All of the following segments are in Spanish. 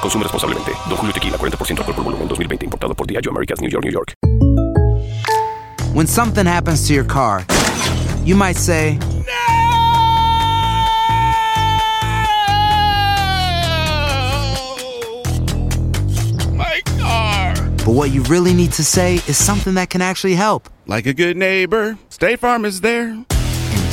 Consume responsablemente. Don Julio Tequila, 40% alcohol por volumen, 2020. Importado por Diageo Americas, New York, New York. When something happens to your car, you might say, My car! but what you really need to say is something that can actually help. Like a good neighbor, State Farm is there. And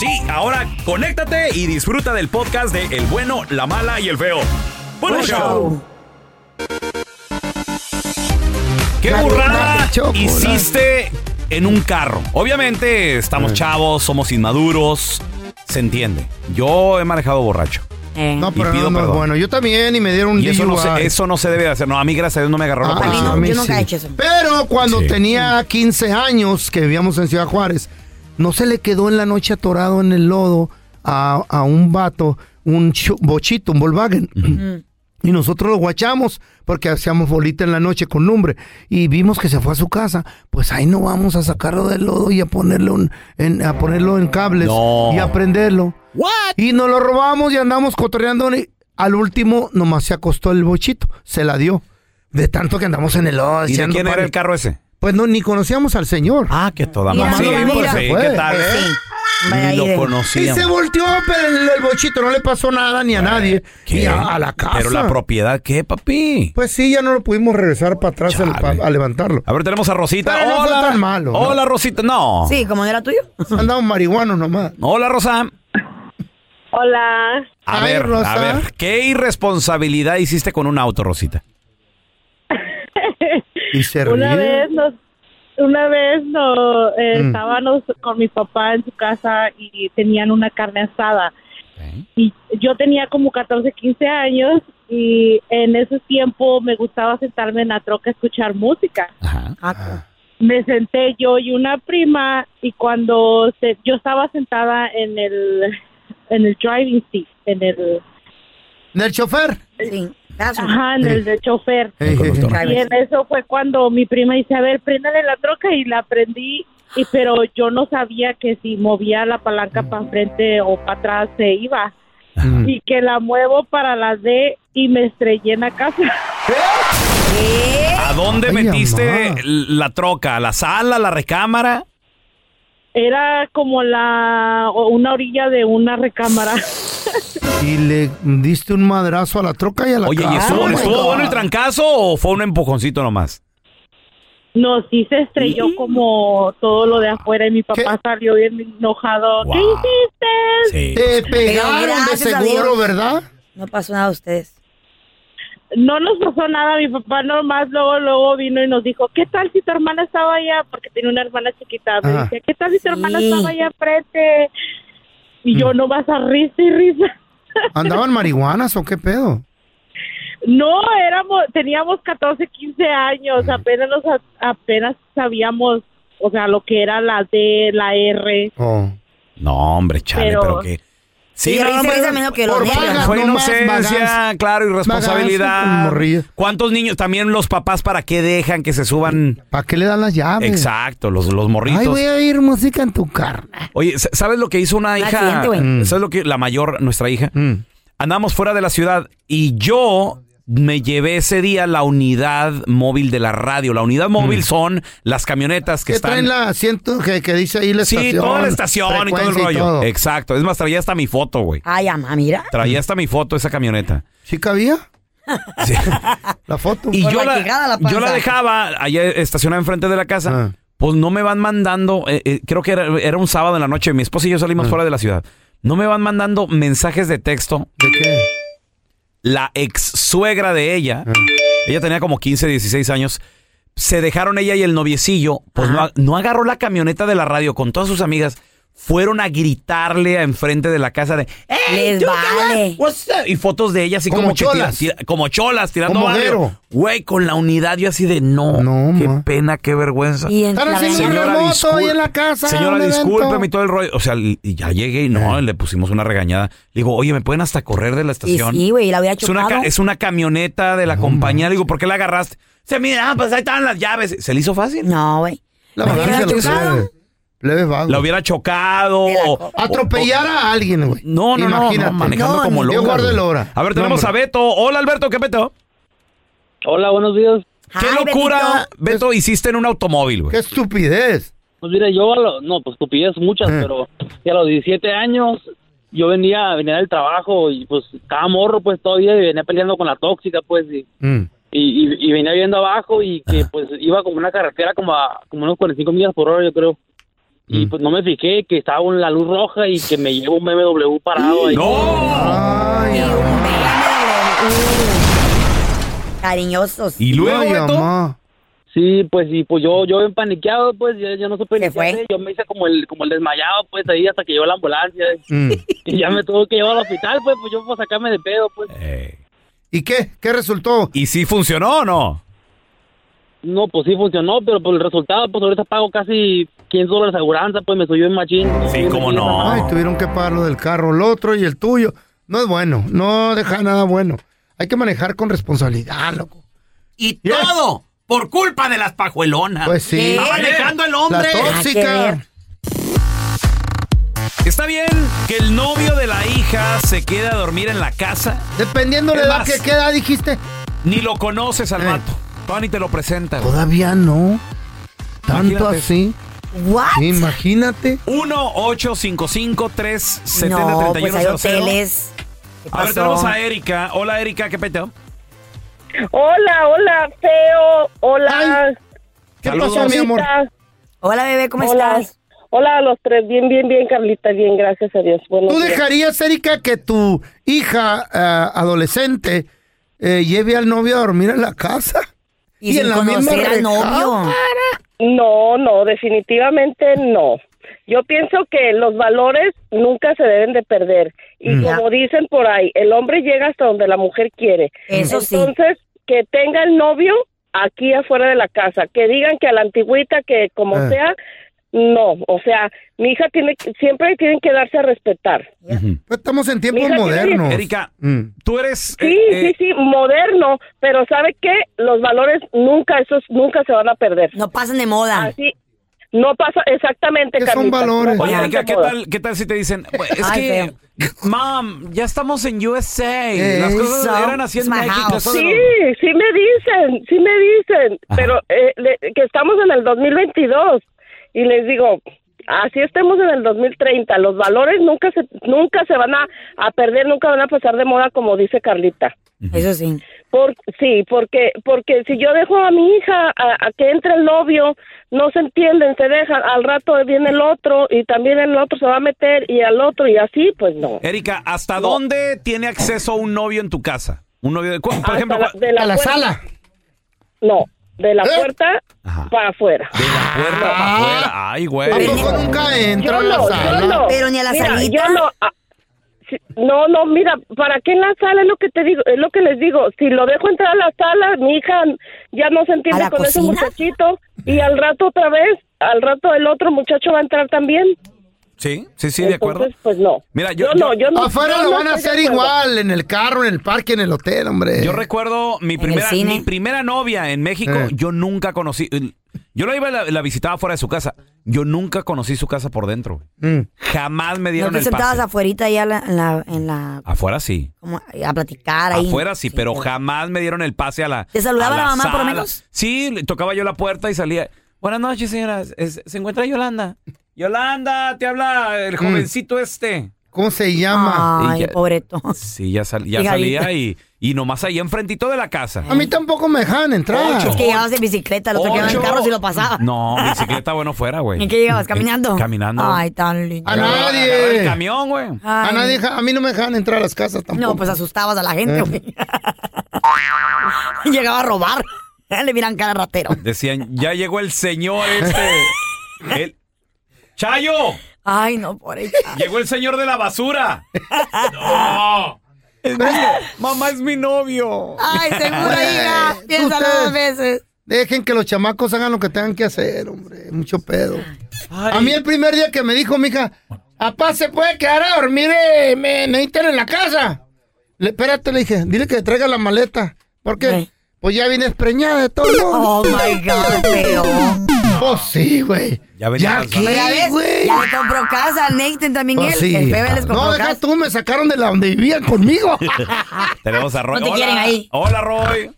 Sí, ahora conéctate y disfruta del podcast de El bueno, la mala y el feo. ¡Buen show! ¿Qué La burrada de chocolate. hiciste en un carro? Obviamente Eh. estamos chavos, somos inmaduros, se entiende. Yo he manejado borracho. Eh, No, Y pero pido no, no, perdón. bueno, yo también y me dieron un Y eso no, DUI. se, eso no se debe de hacer. No, a mí gracias a Dios no me agarró la Ah, mí policía. no, a mí yo nunca he hecho eso. Pero cuando Sí. tenía 15 años, que vivíamos en Ciudad Juárez, no se le quedó en la noche atorado en el lodo a, a un vato, un chu- bochito, un Volkswagen. Mm. Y nosotros lo guachamos porque hacíamos bolita en la noche con lumbre. Y vimos que se fue a su casa. Pues ahí no vamos a sacarlo del lodo y a ponerlo en, en- a ponerlo en cables No. y a prenderlo. Y nos lo robamos y andamos cotorreando. y al último nomás se acostó el bochito. Se la dio. De tanto que andamos en el lodo. ¿Y de echando quién era pan- el carro ese? Pues no, ni conocíamos al señor. Ah, que toda Mira, madre. mira, Sí, pues mira. sí, Fue. ¿qué tal? Pues sí. Vaya Ni ahí de- lo y se conocíamos. Pues, volteó, pero el, el bochito no le pasó nada ni a nadie. ¿Qué? Ni a, a la casa. Pero la propiedad, ¿qué, papi? Pues sí, ya no lo pudimos regresar para atrás al- Chale. pa- a levantarlo. A ver, tenemos a Rosita. Pero no fue Hola. tan malo, ¿no? Hola, Rosita. No. Sí, como no era tuyo. Andamos marihuanos nomás. Hola, Rosa. Hola, A Ay, ver, Rosa. a ver, ¿qué irresponsabilidad hiciste con un auto, Rosita? Y se una ríe. vez nos, una vez no, eh, Mm. estábamos con mi papá en su casa y tenían una carne asada. Y yo tenía como 14, 15 años y en ese tiempo me gustaba sentarme en la troca a escuchar música. Ajá. Ah, Me senté yo y una prima y cuando se- yo estaba sentada en el, en el driving seat, en el, ¿Del chofer? sí. That's one. ajá, en el de chofer. Eh, eh, eh. Y en eso fue cuando mi prima dice, a ver, préndale la troca y la prendí, y, pero yo no sabía que si movía la palanca para enfrente o para atrás se iba. Y que la muevo para la D y me estrellé en la casa. ¿A dónde Ay, metiste mamá. la troca? ¿A la sala, a la recámara? Era como la o una orilla de una recámara. Y le diste un madrazo a la troca y a la Oye, ¿y cara. estuvo, Oh, my estuvo God. bueno el trancazo o fue un empujoncito nomás? No, sí se estrelló como todo lo de afuera y mi papá ¿Qué? salió bien enojado. Wow. ¿Qué hiciste? Sí. Te Pero pegaron de gracias a seguro, Dios. ¿verdad? No pasó nada a ustedes. No nos pasó nada, mi papá nomás luego luego vino y nos dijo, ¿qué tal si tu hermana estaba allá? Porque tenía una hermana chiquita, me Ajá. dice, ¿qué tal si tu hermana Sí. estaba allá frente? Y Mm. yo nomás a risa y risa. ¿Andaban marihuanas o qué pedo? No, éramos, teníamos 14, 15 años, apenas nos, apenas sabíamos o sea, lo que era la D, la R. No, hombre, chale, pero, Pero- que. Sí, no, ahí se hombre, risa menos que los por negros. vagas, fue nomás, inocencia, vagas. claro, Vagas, irresponsabilidad. morrillo. ¿Cuántos niños? También los papás, ¿para qué dejan que se suban? ¿Para qué le dan las llaves? Exacto, los, los morritos. Ay, voy a oír música en tu carne. Oye, sa- ¿sabes lo que hizo una hija? accidente, güey. Mm. ¿Sabes lo que la mayor, nuestra hija? Mm. Andamos fuera de la ciudad y yo me llevé ese día la unidad móvil de la radio. La unidad móvil son las camionetas que Que están traen la asiento que, que dice ahí la Sí, estación. toda la estación y todo el frecuencia rollo. todo. Exacto. Es más, traía hasta mi foto, güey. Ay, mamá, mira. Traía hasta mi foto esa camioneta. ¿Sí cabía? Sí. La foto. Y Por la yo la, quijada, la panza. yo la dejaba allá estacionada enfrente de la casa. Ah. Pues no me van mandando, eh, eh, creo que era, era un sábado en la noche, mi esposa y yo Ah. salimos fuera de la ciudad. No me van mandando mensajes de texto. ¿De qué? La ex suegra de ella, Ah. ella tenía como 15, 16 años, se dejaron ella y el noviecillo, pues no, a- no agarró la camioneta de la radio con todas sus amigas. Fueron a gritarle a enfrente de la casa de Les ¿tú qué vale. vas? What's that?" Y fotos de ella así como, Como que tira- cholas. tira- como cholas, tirando Como barrio. guero. Güey, con la unidad yo así de no. No, qué ma. pena, qué vergüenza. Y en Están la haciendo un verdad, remoto discul- ahí en la casa. Señora, un evento. discúlpeme y todo el rollo. O sea, y ya llegué y no, le pusimos una regañada. Le digo, oye, ¿me pueden hasta correr de la Ah. y estación? sí, güey, la hubiera es, una, chocado. ca- es una camioneta de la compañía. Le digo, ¿por qué la agarraste? Se mira, ah, pues ahí estaban las llaves. ¿Se le hizo fácil? No, güey. La ¿Me verdad hubiera es que los chocado? plebes- plebes vagos. La hubiera chocado. la- o- Atropellar a alguien, güey. No, no, no, no, Imagínate. manejando No, como ni- yo loco. guardo el hora. A ver, No, tenemos hombre. a Beto. Hola, Alberto, ¿qué Beto? Hola, buenos días. ¿Qué Ay, locura, Beto, hiciste en un automóvil, güey? Qué estupidez. Pues mire, yo, a lo- no, pues estupidez muchas, Eh. pero y a los 17 años yo venía, venía del trabajo y pues estaba morro pues todavía y venía peleando con la tóxica pues y, Mm. y, y- y venía viendo abajo y que pues iba como una carretera como a como unos 45 millas por hora yo creo. Y Mm. pues no me fijé que estaba en la luz roja y que me llevó un BMW parado ahí. ¡No! Ay, Beto, ay, un BMW. Uh, Cariñosos. Y luego, ay, Beto, mamá. Sí, pues y pues yo yo bien paniqueado pues yo, yo no supe Se ni qué fue. hacer, yo me hice como el como el desmayado pues ahí hasta que llegó la ambulancia Mm. y ya me tuvo que llevar al hospital pues pues yo pues sacarme de pedo pues. Eh, ¿Y qué? ¿Qué resultó? ¿y si funcionó o no? No, pues sí funcionó, pero por el resultado, pues ahorita pago casi 500 dólares de aseguranza, pues me subió en machín. Sí, cómo no. Ay, tuvieron que pagar lo del carro, el otro y el tuyo. No es bueno, no deja nada bueno. Hay que manejar con responsabilidad, loco. Ah, Y Yes. todo por culpa de las pajuelonas. Pues sí. ¿Qué? Está manejando el La Nada tóxica. Está bien que el novio de la hija se quede a dormir en la casa. Dependiendo la Es edad más. que queda, dijiste. Ni lo conoces al Eh. vato. Todavía ni te lo presenta. güey. Todavía no. Tanto Imagínate. así. ¿What? Imagínate. 1-855-370-3100. no, pues hay hoteles. ¿Qué A ver, pasó? tenemos a Erika. Hola, Erika, ¿qué peteo? Hola, hola, feo. Hola, ¿Qué Saludos. pasó, mi amor? Carlita. Hola, bebé, ¿cómo Hola. estás? Hola a los tres. Bien, bien, bien, Carlita. Bien, gracias a Dios. Buenos ¿Tú días. dejarías, Erika, que tu hija ah, adolescente eh, lleve al novio a dormir en la casa? Y, sin conocer al Ah, novio. No, no, definitivamente no. Yo pienso que los valores nunca se deben de perder. Y Mm. como dicen por ahí, el hombre llega hasta donde la mujer quiere. Eso sí. Entonces, que tenga el novio aquí afuera de la casa, que digan que a la antigüita, que como Ah. sea, no. O sea, mi hija tiene, que- siempre tienen que darse a respetar. Pues estamos en tiempos Mija, ¿qué modernos. Erika, Mm. tú eres... Sí, eh, eh, sí, sí, moderno, pero ¿sabe qué? Los valores nunca, esos nunca se van a perder. No pasan de moda. Así, no pasa exactamente, ¿Qué son Carlita, valores? no Oye, pasan Erika, de ¿qué moda. tal, ¿qué tal si te dicen? "Pues, Es Ay, que, mam, ya estamos en USA. Las cosas Eso, eran así en it's my México. house. eso de Sí, los- sí me dicen, sí me dicen, pero eh, le- que estamos en el 2022 y les digo, así estemos en el 2030, los valores nunca se nunca se van a, a perder, nunca van a pasar de moda como dice Carlita. Eso sí. Por, sí, porque porque si yo dejo a mi hija a, a que entre el novio, no se entienden, se dejan, al rato viene el otro y también el otro se va a meter y al otro y así, pues no. Erika, ¿hasta dónde tiene acceso un novio en tu casa? Un novio de... cu- Por Hasta ejemplo, la- cu- de la, a la puerta- sala. No, de la ¿Eh? puerta Ajá. para afuera. de la puerta para afuera. Ay, güey. ¿A poco nunca entra Yo en la no, sala? yo no. Pero ni a la Mira, salita. yo no, ah, sí, no, no, mira, ¿para qué en la sala? Es lo que te digo, es lo que les digo. Si lo dejo entrar a la sala, mi hija ya no se ¿A entiende la con ese cocina? muchachito y al rato otra vez al rato el otro muchacho va a entrar también. Sí, sí, sí, de acuerdo. Entonces, pues no. Mira, yo, Yo no, yo no. Afuera yo lo no van a estoy de hacer acuerdo. igual, en el carro, en el parque, en el hotel, hombre. Yo recuerdo mi primera, cine. mi primera novia en México, Eh. yo nunca conocí. eh, Yo la iba la, la visitaba fuera de su casa. Yo nunca conocí su casa por dentro. Jamás me ¿No dieron te el sentabas pase. afuerita ahí a la- en la, en la- Afuera sí. como a platicar ahí? Afuera sí, pero jamás me dieron el pase a la. ¿Te saludaba a la mamá, por lo sala. menos? Sí, le tocaba yo la puerta y salía. Buenas noches, señoras. Es- ¿Se encuentra Yolanda? Yolanda, te habla el jovencito este. ¿Cómo se llama? Ay, Y ya- pobreto. Sí, ya, sal- ya Hija, salía y, y nomás ahí enfrentito de la casa. Ah, A mí tampoco me dejan entrar. Es que llegabas en bicicleta, el otro que iba en carro si lo pasaba. No, bicicleta bueno fuera, güey. ¿En qué llegabas? ¿Caminando? Eh, Caminando. Ay, tan lindo. A Agarraba el nadie. camión, güey. A, nadie, a mí no me dejan entrar a las casas tampoco. No, pues asustabas a la gente, Eh. güey. Llegaba a robar. Le miran cara de ratero. Decían, ya llegó el señor este. El- ¡Chayo! Ay, no, por ahí. ¡Llegó el señor de la basura! ¡No! Es mi- Mamá es mi novio. Ay, seguro, hija. Eh, Piénsalo ustedes dos veces. Dejen que los chamacos hagan lo que tengan que hacer, hombre. Mucho pedo. A mí el primer día que me dijo mi hija, papá, ¿se puede quedar a dormir eh, me, necesitan en la casa? Le, espérate, le dije, dile que traiga la maleta. ¿Por qué? Pues ya vienes preñada de todo. Oh, my God, Teo. Pues sí, güey. Ya ¿Ya Pero ya qué, ves, güey? ya le compró casa al Nathan también Pues él. sí. El Pepe les compró No, casa. deja tú, me sacaron de la donde vivían conmigo. Tenemos a Roy. No te Hola. quieren ahí. Hola, Roy.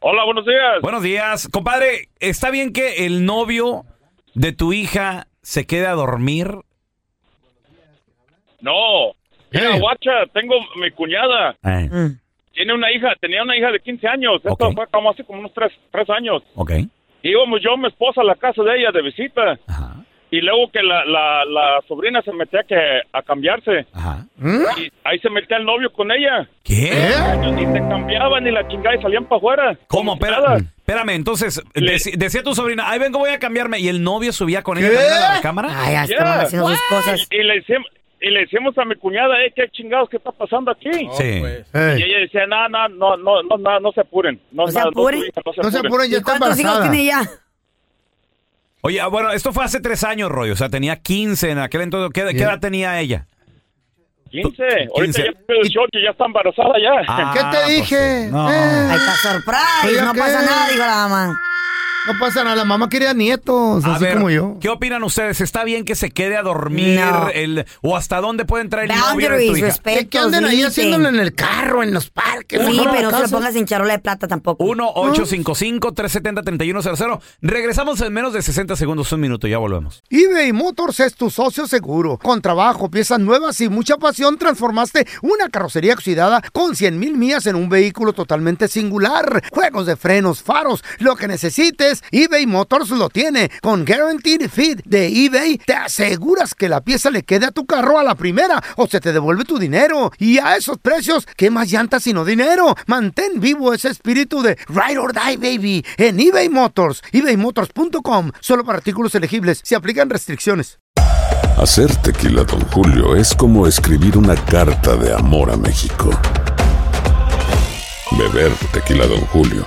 Hola, buenos días. Buenos días. Compadre, ¿está bien que el novio de tu hija se quede a dormir? No. Mira, guacha, tengo mi cuñada. Eh, Mm. Tiene una hija, tenía una hija de 15 años. Esto fue como hace como unos 3, años. Ok. Y íbamos yo, mi esposa, a la casa de ella de visita. Y luego que la, la, la sobrina se metía que a cambiarse. Y ahí se metía el novio con ella. ¿Mm? ¿Qué? Y se cambiaban y la chingada y salían para afuera. ¿Cómo? Espera- espérame, entonces, deci- decía tu sobrina, ahí vengo, voy a cambiarme. ¿Y el novio subía con ella ¿Qué? también a la cámara? Yeah. Y le decimos, y le decimos a mi cuñada, eh, qué chingados, qué está pasando aquí. Oh, Sí. pues. Y ella decía, no, no, no, no, no, no, no se apuren. No, No se no, apuren. no, no No se apuren, ya está ¿Cuántos hijos embarazada. tiene ya? Oye, ah, bueno, esto fue hace tres años, Roy. O sea, tenía 15 en aquel entonces. ¿Qué, qué edad tenía ella? 15. Ahorita 15. ya cumplió 18 y ya está embarazada ya. Ah, ¿Qué te dije? eh. no. Ahí está surprise. Oiga, No ¿qué? pasa nada, dijo la mamá. No pasa nada, la mamá quería nietos, A así ver, como yo. ¿qué opinan ustedes? ¿Está bien que se quede a dormir? No. El, ¿O hasta dónde pueden traer el novio de tu hija? ¿Qué, qué andan ahí límites. haciéndolo en el carro, en los parques? Sí, mejor en pero la no se lo casa? pongas en charola de plata tampoco. 1-855-370-3100. Regresamos en menos de 60 segundos, un minuto, ya volvemos. eBay Motors es tu socio seguro. Con trabajo, piezas nuevas y mucha pasión, transformaste una carrocería oxidada con 100 mil millas en un vehículo totalmente singular. Juegos de frenos, faros, lo que necesites, eBay Motors lo tiene. Con Guaranteed Fit de eBay, te aseguras que la pieza le quede a tu carro a la primera o se te devuelve tu dinero. Y a esos precios, ¿qué más llantas sino dinero? Mantén vivo ese espíritu de Ride or Die, baby, en eBay Motors. ebaymotors.com. Solo para artículos elegibles. Se aplican restricciones. Hacer tequila, Don Julio, es como escribir una carta de amor a México. Beber tequila, Don Julio,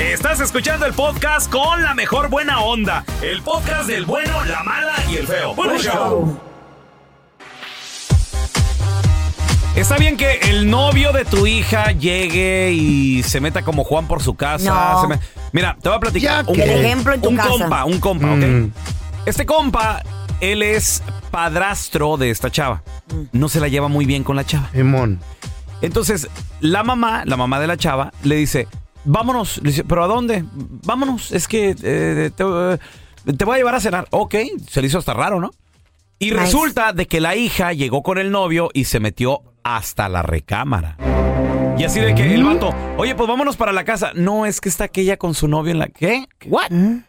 Estás escuchando el podcast con la mejor buena onda. El podcast del bueno, la mala y el feo. Bueno, show. ¿Está bien que el novio de tu hija llegue y se meta como Juan por su casa? No. Se me- Mira, te voy a platicar. Ya que- El ejemplo en tu un casa. compa, un compa, ¿ok? Este compa, él Mm. es padrastro de esta chava. No se la lleva muy bien con la chava. Entonces, la mamá, la mamá de la chava, le dice, vámonos. Le dice, ¿pero a dónde? Vámonos, es que eh, te, eh, te voy a llevar a cenar. Ok, se le hizo hasta raro, ¿no? Y Nice. resulta de que la hija llegó con el novio y se metió hasta la recámara. Y así de que el vato, oye, pues vámonos para la casa. No, es que está aquella con su novio en la... ¿Qué? ¿What? ¿Eh?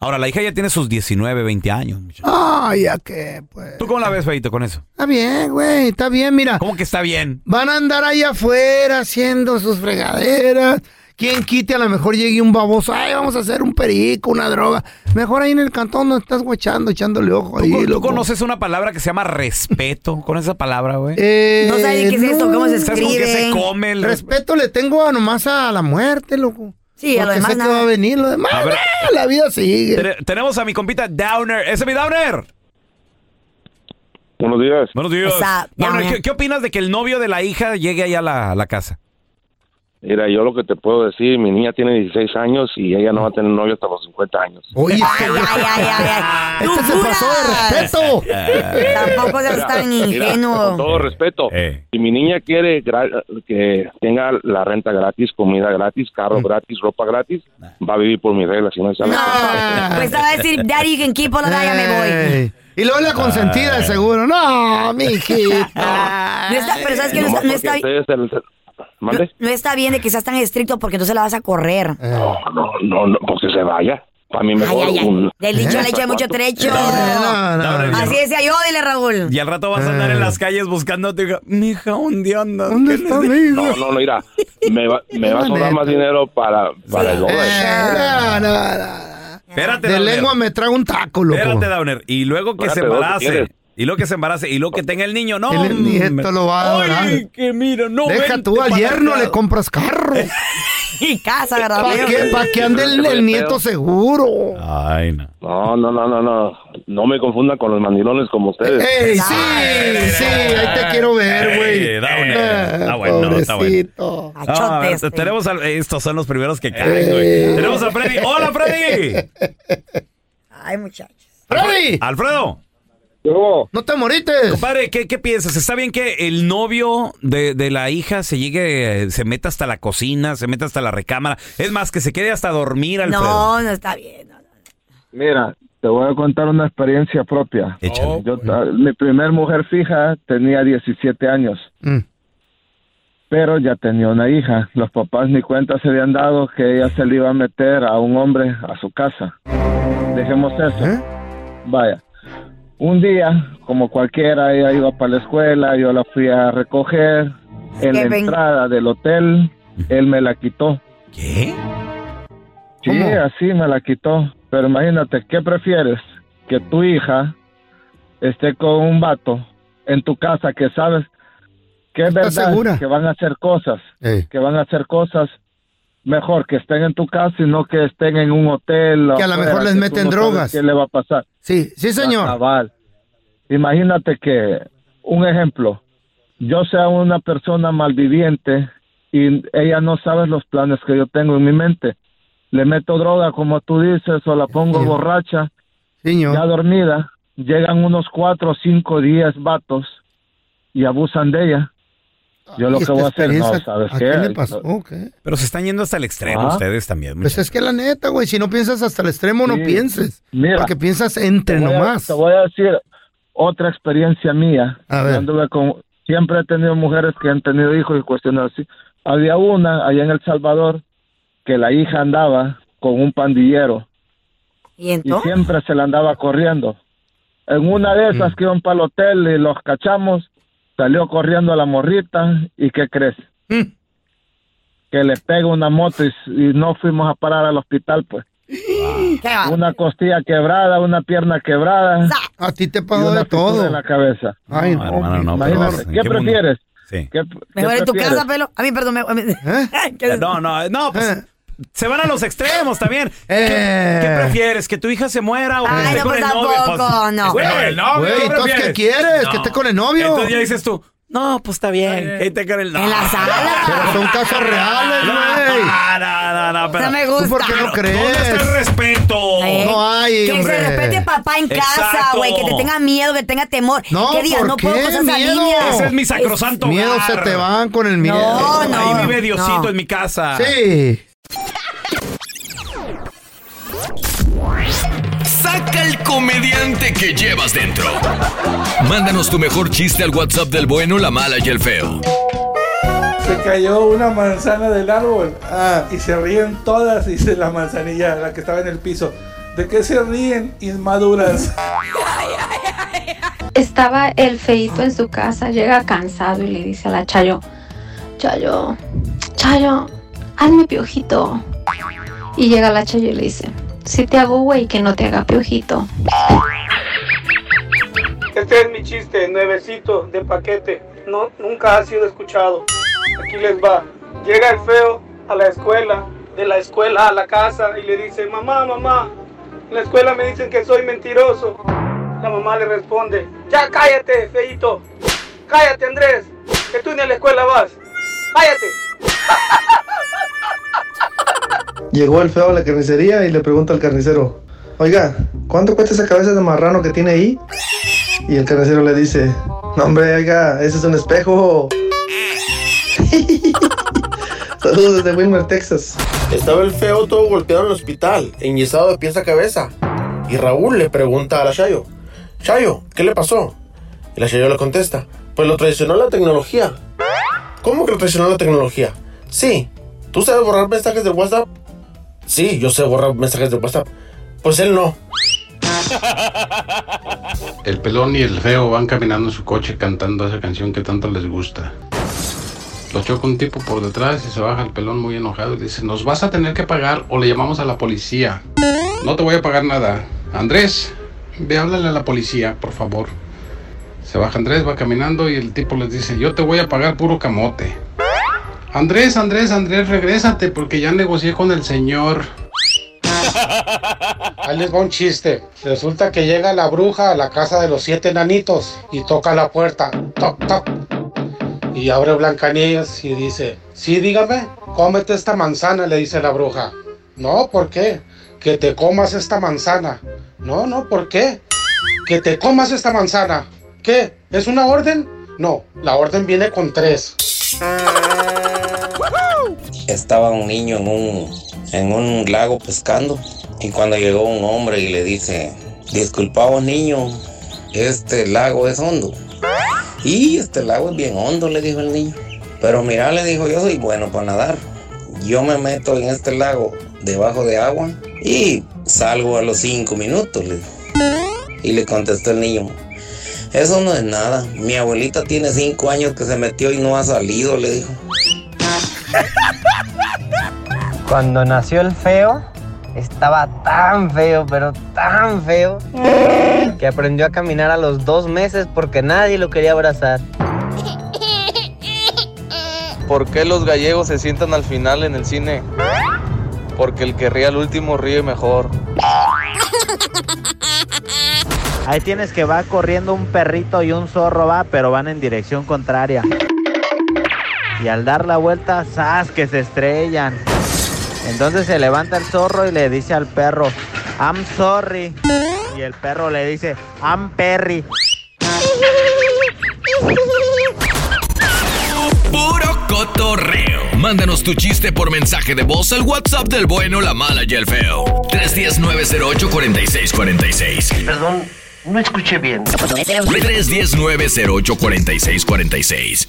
Ahora, la hija ya tiene sus 19, 20 años. Ay, ¿a qué? Pues, ¿Tú cómo la ves, feito, con eso? Está bien, güey, está bien, mira. ¿Cómo que está bien? Van a andar ahí afuera haciendo sus fregaderas. Quien quite, a lo mejor llegue un baboso. Ay, vamos a hacer un perico, una droga. Mejor ahí en el cantón donde estás guachando, echándole ojo ahí. ¿Tú loco. conoces una palabra que se llama respeto? Con esa palabra, güey. Eh, No sabe qué es esto, cómo se ¿Sabes con qué se escribe? come el- Respeto le tengo a nomás a la muerte, loco. Sí, a lo Porque demás sé que nada. va a venir, lo demás. A ver. eh, la vida sigue. Ten- tenemos a mi compita Downer. ¡Ese es mi Downer! Buenos días. Buenos días. What's up, Downer, Downer? ¿qué, qué opinas de que el novio de la hija llegue allá a la, a la casa? Mira, yo lo que te puedo decir, mi niña tiene 16 años y ella no va a tener novio hasta los 50 años. Oye, este Este se pasó de respeto. Tampoco seas tan Mira, con ingenuo. Eh. todo respeto, si mi niña quiere gra- que tenga la renta gratis, comida gratis, carro Mm. gratis, ropa gratis, Ah. va a vivir por mis reglas. Si no, esa- Pues te va a decir, Daddy, can keep all of that, ya me voy. Ey. Y luego la consentida, de seguro. No, mi No está, pero sabes que no, Nomás está- no porque está, ustedes el- ¿Mande? no está bien de que seas tan estricto porque entonces la vas a correr. No, no, no, no, pues que se vaya. Para mí mejor Eh. ay, ay. un... Eh. Del dicho al hecho hay mucho trecho. Así decía yo, dile Raúl. Y al rato vas a andar en las calles buscándote. hija. Mija, ¿dónde andas? Ah. ¿Dónde está mi No, no, no, mira, me va, me va a sobrar más dinero para, para el dólar. Eh, No, no, no. Espérate, Ah, De Downer. lengua me trago un taco, loco. Espérate, Downer. Y luego que Espérate, se ¿dónde quieres? embarace. Y luego que se embarace. Y luego que tenga el niño. No, El nieto lo va a adorar. Oye, que mira, no. Deja vente tú al para yerno, acá. le compras carro. Y casa, ¿verdad? ¿Para qué, pa' que ande el, el nieto seguro? Ay, no. No, no, no, no, no. No me confundan con los mandilones como ustedes. Eh, ¡Ey, sí! Sí, ahí te quiero ver, güey. Eh, Downer. Está bueno, está bueno. Pobrecito. Ah, a ver, eh. tenemos al- estos son los primeros que caen, güey. Tenemos a Freddy. ¡Hola, Freddy! Ay, muchachos. ¡Freddy! ¡Alfredo! ¡No te moriste! Compadre, ¿qué, qué piensas? ¿Está bien que el novio de, de la hija se llegue, eh, se meta hasta la cocina, se meta hasta la recámara? Es más, que se quede hasta dormir, Alfredo. No, no está bien. Mira, te voy a contar una experiencia propia. Yo, ta- mi primer mujer fija tenía 17 años, pero ya tenía una hija. Los papás ni cuenta se habían dado que ella se le iba a meter a un hombre a su casa. Dejemos eso. Vaya. Un día, como cualquiera, ella iba para la escuela, yo la fui a recoger. En la Kevin. entrada del hotel, él me la quitó. ¿Qué? Sí, así me la quitó. Pero imagínate, ¿qué prefieres? Que tu hija esté con un vato en tu casa que sabes que es verdad segura? que van a hacer cosas, que van a hacer cosas mejor que estén en tu casa y no que estén en un hotel. Que a lo afuera, mejor les que tú meten no sabes drogas. ¿Qué le va a pasar? Sí, sí, señor. Cabal. Imagínate que, un ejemplo, yo sea una persona malviviente y ella no sabe los planes que yo tengo en mi mente. Le meto droga, como tú dices, o la pongo borracha, ya dormida. Llegan unos cuatro o cinco días vatos y abusan de ella. Yo lo Ay, que voy a esta hacer, no, experiencia, ¿sabes ¿a qué? qué le pasó? Pero se están yendo hasta el extremo Ah. ustedes también. Pues es que la neta, güey, si no piensas hasta el extremo, no Sí. pienses. Mira. porque piensas entre Te voy a- nomás. Te voy a decir otra experiencia mía. A ver. Yo anduve con- siempre he tenido mujeres que han tenido hijos y cuestiones así. Había una allá en El Salvador que la hija andaba con un pandillero ¿Y y entonces? siempre se la andaba corriendo. En una de Mm. esas que iban para el hotel y los cachamos, salió corriendo a la morrita y ¿qué crees? Mm. Que le pega una moto y, s- y no fuimos a parar al hospital, pues. eh. Una costilla quebrada, una pierna quebrada. A ti te pasó de todo. En la cabeza. Ay, no, hermano, no, Imagínate, pero- ¿en ¿qué, qué mundo? prefieres? Sí. ¿Qué- Mejor qué en tu prefieres? casa, pelo. A mí, Eh. perdón. me- me- Eh, No, no, no, pues. Se van a los extremos también. ¿Qué, qué prefieres? ¿Que tu hija se muera o que Eh. Ay, esté no, con pues el novio? tampoco, no. Güey, el novio, Güey, ¿qué entonces, ¿qué prefieres? quieres? ¿Que No. esté con el novio? Entonces ya dices tú, no, pues está bien. Que esté con el novio. En la sala. Pero son casos reales, No, güey. no, no, no, no, pero. No me gusta. ¿Tú por qué no crees? ¿Dónde está el respeto? Eh, No hay, que hombre. se respete a papá en casa, Exacto. güey, que te tenga miedo, que tenga temor. No, que diga, ¿por no qué? puedo pasar esa Miedo. línea. Ese es mi sacrosanto Miedo hogar. se te van con el miedo. No, no. Ahí vive Diosito no. en mi casa. Sí. Saca el comediante que llevas dentro. Mándanos tu mejor chiste al WhatsApp del bueno, la mala y el feo. Se cayó una manzana del árbol. Ah, y se ríen todas, dice la manzanilla, la que estaba en el piso. ¿De qué se ríen, inmaduras? Estaba el feito en su casa, llega cansado y le dice a la Chayo, Chayo, Chayo, hazme piojito. Y llega la Chayo y le dice, si te hago güey, que no te haga piojito. Este es mi chiste, nuevecito, de paquete. No, nunca ha sido escuchado. Aquí les va. Llega el feo a la escuela, de la escuela a la casa y le dice, mamá, mamá, en la escuela me dicen que soy mentiroso. La mamá le responde, ya cállate, feito. Cállate, Andrés, que tú ni a la escuela vas. Cállate. Llegó el feo a la carnicería y le pregunta al carnicero, oiga, ¿cuánto cuesta esa cabeza de marrano que tiene ahí? Y el carnicero le dice, no hombre, oiga, ese es un espejo. Saludos desde Wilmer, Texas. Estaba el feo todo golpeado en el hospital, enyesado de pies a cabeza. Y Raúl le pregunta a la Chayo, Chayo, ¿qué le pasó? Y la Chayo le contesta, pues lo traicionó la tecnología. ¿Cómo que lo traicionó la tecnología? Sí, ¿tú sabes borrar mensajes de WhatsApp? Sí, yo sé borrar mensajes de WhatsApp. Pues él no. El pelón y el feo van caminando en su coche cantando esa canción que tanto les gusta. Lo choca un tipo por detrás y se baja el pelón muy enojado y le dice, nos vas a tener que pagar o le llamamos a la policía. No te voy a pagar nada. Andrés, ve, háblale a la policía, por favor. Se baja Andrés, va caminando y el tipo les dice, yo te voy a pagar puro camote. Andrés, Andrés, Andrés, regrésate porque ya negocié con el señor. Ahí les va un chiste. Resulta que llega la bruja a la casa de los siete nanitos y toca la puerta. Toc, toc. Y abre Blancanieves y dice: Sí, dígame, cómete esta manzana, le dice la bruja. No, ¿por qué? Que te comas esta manzana. No, no, ¿por qué? Que te comas esta manzana. ¿Qué? ¿Es una orden? No, la orden viene con tres. Estaba un niño en un, en un lago pescando y cuando llegó un hombre y le dice, disculpaos niño, este lago es hondo. Y este lago es bien hondo, le dijo el niño. Pero mira, le dijo, yo soy bueno para nadar. Yo me meto en este lago debajo de agua y salgo a los cinco minutos. le dijo. Y le contestó el niño, eso no es nada. Mi abuelita tiene cinco años que se metió y no ha salido, le dijo. Cuando nació el feo, estaba tan feo, pero tan feo, que aprendió a caminar a los dos meses porque nadie lo quería abrazar. ¿Por qué los gallegos se sientan al final en el cine? Porque el que ríe al último ríe mejor. Ahí tienes que va corriendo un perrito y un zorro va, pero van en dirección contraria. Y al dar la vuelta, ¡zas! que se estrellan. Entonces se levanta el zorro y le dice al perro, I'm sorry. Y el perro le dice, I'm Perry. Puro cotorreo. Mándanos tu chiste por mensaje de voz al WhatsApp del bueno, la mala y el feo. 319-08-4646. Perdón, no escuché bien. 319-08-4646.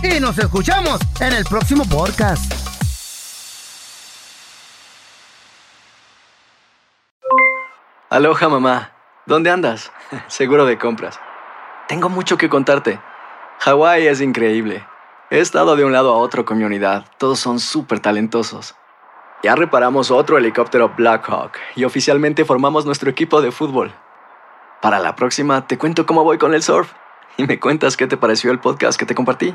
Y nos escuchamos en el próximo podcast. Aloha mamá, ¿dónde andas? Seguro de compras. Tengo mucho que contarte. Hawái es increíble. He estado de un lado a otro con mi unidad. Todos son súper talentosos. Ya reparamos otro helicóptero Blackhawk y oficialmente formamos nuestro equipo de fútbol. Para la próxima te cuento cómo voy con el surf y me cuentas qué te pareció el podcast que te compartí,